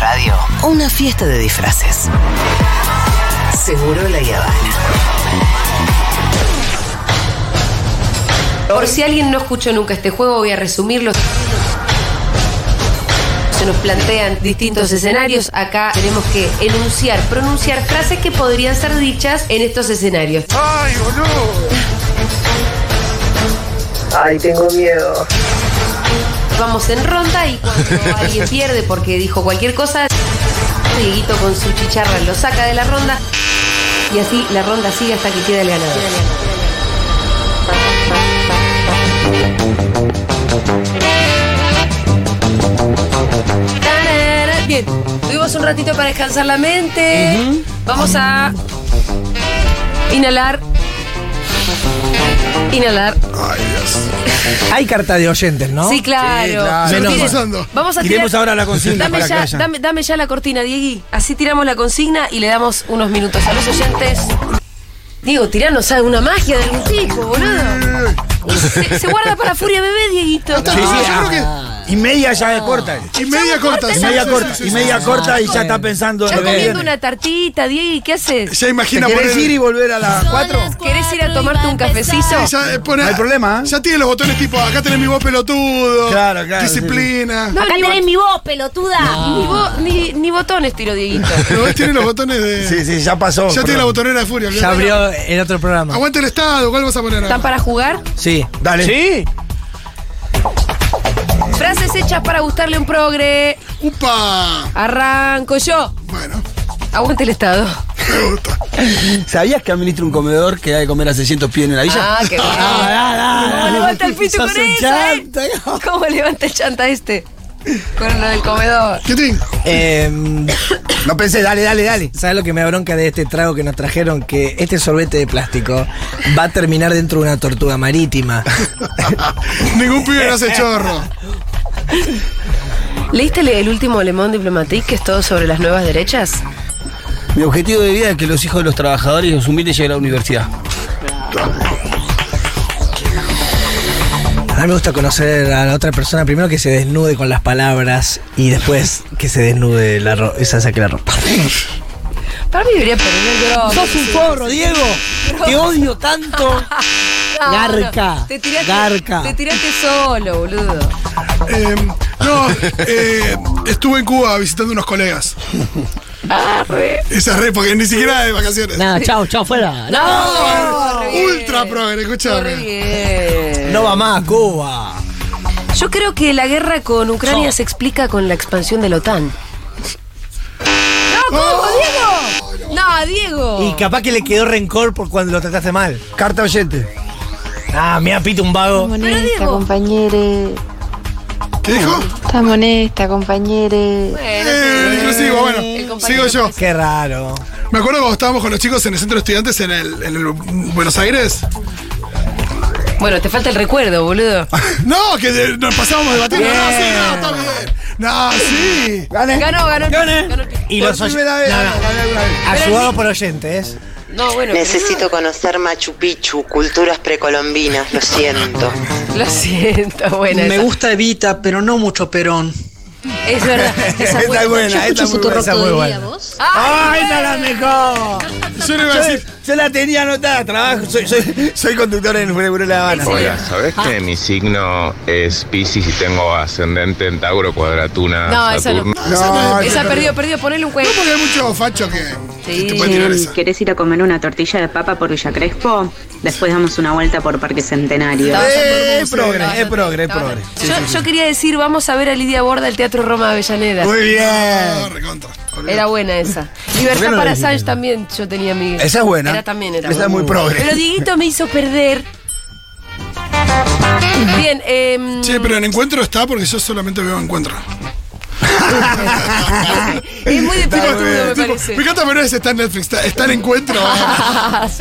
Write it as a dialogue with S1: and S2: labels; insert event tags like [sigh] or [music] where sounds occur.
S1: radio, una fiesta de disfraces. Seguro la
S2: Por si alguien no escuchó nunca este juego, voy a resumirlo. Se nos plantean distintos escenarios. Acá tenemos que enunciar, pronunciar frases que podrían ser dichas en estos escenarios.
S3: ¡Ay, boludo!
S4: Ay, tengo miedo.
S2: Vamos en ronda
S4: [laughs]
S2: y cuando alguien pierde porque dijo cualquier cosa, Dieguito con su chicharra lo saca de la ronda y así la ronda sigue hasta que queda el ganador. Tarara. Bien, tuvimos un ratito para descansar la mente. Vamos a inhalar. Inhalar.
S3: Ay, Dios.
S5: Hay carta de oyentes, ¿no?
S2: Sí, claro.
S3: Sí, claro.
S2: Yo
S5: Oh, Menos
S2: tiré-
S5: mal.
S3: Pasando.
S2: Vamos a tirar.
S5: Iremos ahora a la consigna
S2: Dame
S5: para que
S2: ya,
S5: vayan.
S2: dame, dame ya la cortina, Diegui. Así tiramos la consigna y le damos unos minutos a los oyentes. Diego, tiranos sabe una magia de algún tipo, boludo. Y se, se guarda para Furia Bebé, Dieguito.
S3: Está-
S5: Sí, sí,
S3: Ah, yo
S5: ah,
S3: creo
S5: Y media ya es corta.
S3: Y media corta.
S5: Y
S3: sí,
S5: media
S3: sí,
S5: corta,
S3: sí,
S5: y
S3: sí,
S5: media
S3: sí.
S5: corta y ya está pensando
S2: Ya
S5: en lo que
S2: comiendo
S5: viene.
S2: una tartita, Diego, ¿qué haces?
S3: Ya
S5: ¿Te
S3: imagina
S5: querés ir y volver a las
S6: Cuatro.
S5: 4?
S2: ¿Querés ir a tomarte un cafecito?
S3: Ya, eh, pone-
S5: No hay problema, ¿eh?
S3: Ya tiene los botones tipo, acá tenés mi voz pelotudo.
S5: Claro, claro,
S3: Disciplina.
S2: No,
S6: Acá
S2: ni,
S6: tenés
S2: bo-
S6: mi Ah. voz, pelotuda.
S2: ni bo- ni- ni botones tiró Dieguito.
S3: Pero él tiene los botones de.
S5: Sí, sí, ya pasó.
S3: ya tiene la botonera de furia.
S7: Ya
S3: olvidate.
S7: abrió el otro programa.
S3: Aguante el Estado, ¿cuál vas a poner
S2: ¿Están
S3: ahora?
S2: para jugar?
S7: Sí.
S5: Dale. ¿Sí?
S2: Frases hechas para gustarle un progre.
S3: ¡Upa!
S2: Arranco yo.
S3: Bueno,
S2: Aguante el Estado.
S3: me gusta.
S8: ¿Sabías que administra un comedor que da de comer a 600 pies en la villa?
S2: Ah,
S7: [laughs]
S2: qué bueno. ¿Cómo
S7: Ah,
S2: levanta el pito con esa, eh? ¿Cómo levanta el chanta este? Con lo del comedor.
S3: ¿Qué ting?
S7: Em,
S5: [coughs] No pensé, dale, dale, dale.
S7: ¿Sabes lo que me da bronca de este trago que nos trajeron? Que este sorbete de plástico va a terminar dentro de una tortuga
S5: [laughs]
S7: marítima.
S3: [laughs] Ningún pibe no hace chorro.
S2: ¿Leíste el- el último Le Monde Diplomatique, que es todo sobre las nuevas derechas?
S8: Mi objetivo de vida es que los hijos de los trabajadores y los humildes lleguen a la universidad.
S7: A mí me gusta conocer a la otra persona primero que se desnude con las palabras y después que se desnude la ropa. Esa saque la ropa.
S2: Para mí debería perder el grom. [laughs]
S7: ¡Sos un forro, Diego! ¡Te odio
S2: No,
S7: tanto!
S2: no,
S7: garca,
S2: Te tiraste,
S7: garca.
S2: Te tiraste solo, boludo.
S3: Eh, no, eh, estuve en Cuba visitando unos colegas.
S2: Ah,
S3: Esa es re, porque ni siquiera de vacaciones.
S7: Nada, Ah, chao, chao, fuera.
S2: ¡No!
S7: Ah,
S2: corre bien,
S3: Ultra progre,
S2: corre
S3: escuchame.
S2: bien.
S7: No va más, Cuba.
S2: Yo creo que la guerra con Ucrania se explica con la expansión de la OTAN. Oh. ¡No, ¿cómo, Diego! ¡No, Diego!
S7: Y capaz que le quedó rencor por cuando lo trataste mal.
S5: Carta oyente.
S7: Ah, me pito un vago.
S2: Pero
S9: Monesta,
S2: Diego-
S9: compañere.
S3: ¿Qué dijo?
S9: Está monesta, compañere.
S2: Bueno,
S3: Eh, inclusivo,
S2: El
S3: bueno,
S2: compañero
S3: sigo yo.
S7: Qué raro.
S3: Me acuerdo cuando estábamos con los chicos en el centro de estudiantes en el, en el Buenos Aires.
S2: Bueno, te falta el recuerdo, boludo.
S3: No, que de- nos pasábamos debatiendo. No, sí, no, está bien. No, sí.
S5: Gane.
S2: Ganó, ganó.
S5: Gane.
S2: ganó el pico.
S7: Y
S5: Por
S7: los oy-
S5: primera vez,
S7: No, no.
S5: gané alguna vez.
S7: Ayudado por oyentes.
S2: No, bueno.
S10: Necesito conocer Machu Picchu, culturas precolombinas, lo siento.
S2: [laughs] Lo siento, buena. esa.
S11: gusta Evita, pero no mucho Perón.
S2: Es verdad. Esa es buena.
S5: Esta es buena, esta es muy buena. Esa es muy buena. ¡Ah, esta es la mejor!
S3: Yo no iba a
S5: Yo,
S3: decir.
S5: yo la tenía anotada, trabajo, soy, soy, soy conductor en Buré La Habana.
S2: Hola,
S10: ¿sabes que mi signo es Pisces y tengo ascendente en Tauro, cuadratuna,
S2: No, esa no.
S5: No,
S3: Ah,
S2: Esa perdió, perdió. Ponele un
S3: No,
S2: juego.
S3: porque hay mucho facho que, que
S2: Sí.
S3: te puede tirar esa.
S9: Eh, ¿Querés ir a comer una tortilla de papa por Villa Crespo? Después damos una vuelta por Parque Centenario.
S2: Estabas en
S5: Eh,
S2: Borgoña,
S5: es progre,
S2: estabas
S5: es
S2: en-
S5: progre, es
S2: estabas
S5: progre.
S2: en- Yo, yo quería decir, vamos a ver a Lidia Borda al Teatro Roma Avellaneda.
S5: Muy
S3: No,
S5: bien.
S3: recontra. Olvidate.
S2: Era buena
S5: [laughs]
S2: esa.
S5: ¿Por qué
S2: Libertad
S5: no
S2: para
S5: la
S2: Sánchez también yo tenía mi.
S5: Esa es buena.
S2: Era también, era
S5: Esa es
S2: buena.
S5: muy progre.
S2: Pero Dieguito me hizo
S5: [laughs]
S2: perder. Bien, eh,
S3: Che, pero en encuentro está porque yo solamente veo encuentro.
S2: es muy de
S3: Tipo,
S2: pelotudo, me
S3: tipo,
S2: parece. [laughs]
S3: me encanta, pero ese está en Netflix. Está, está en encuentro.
S2: Ah, Sí.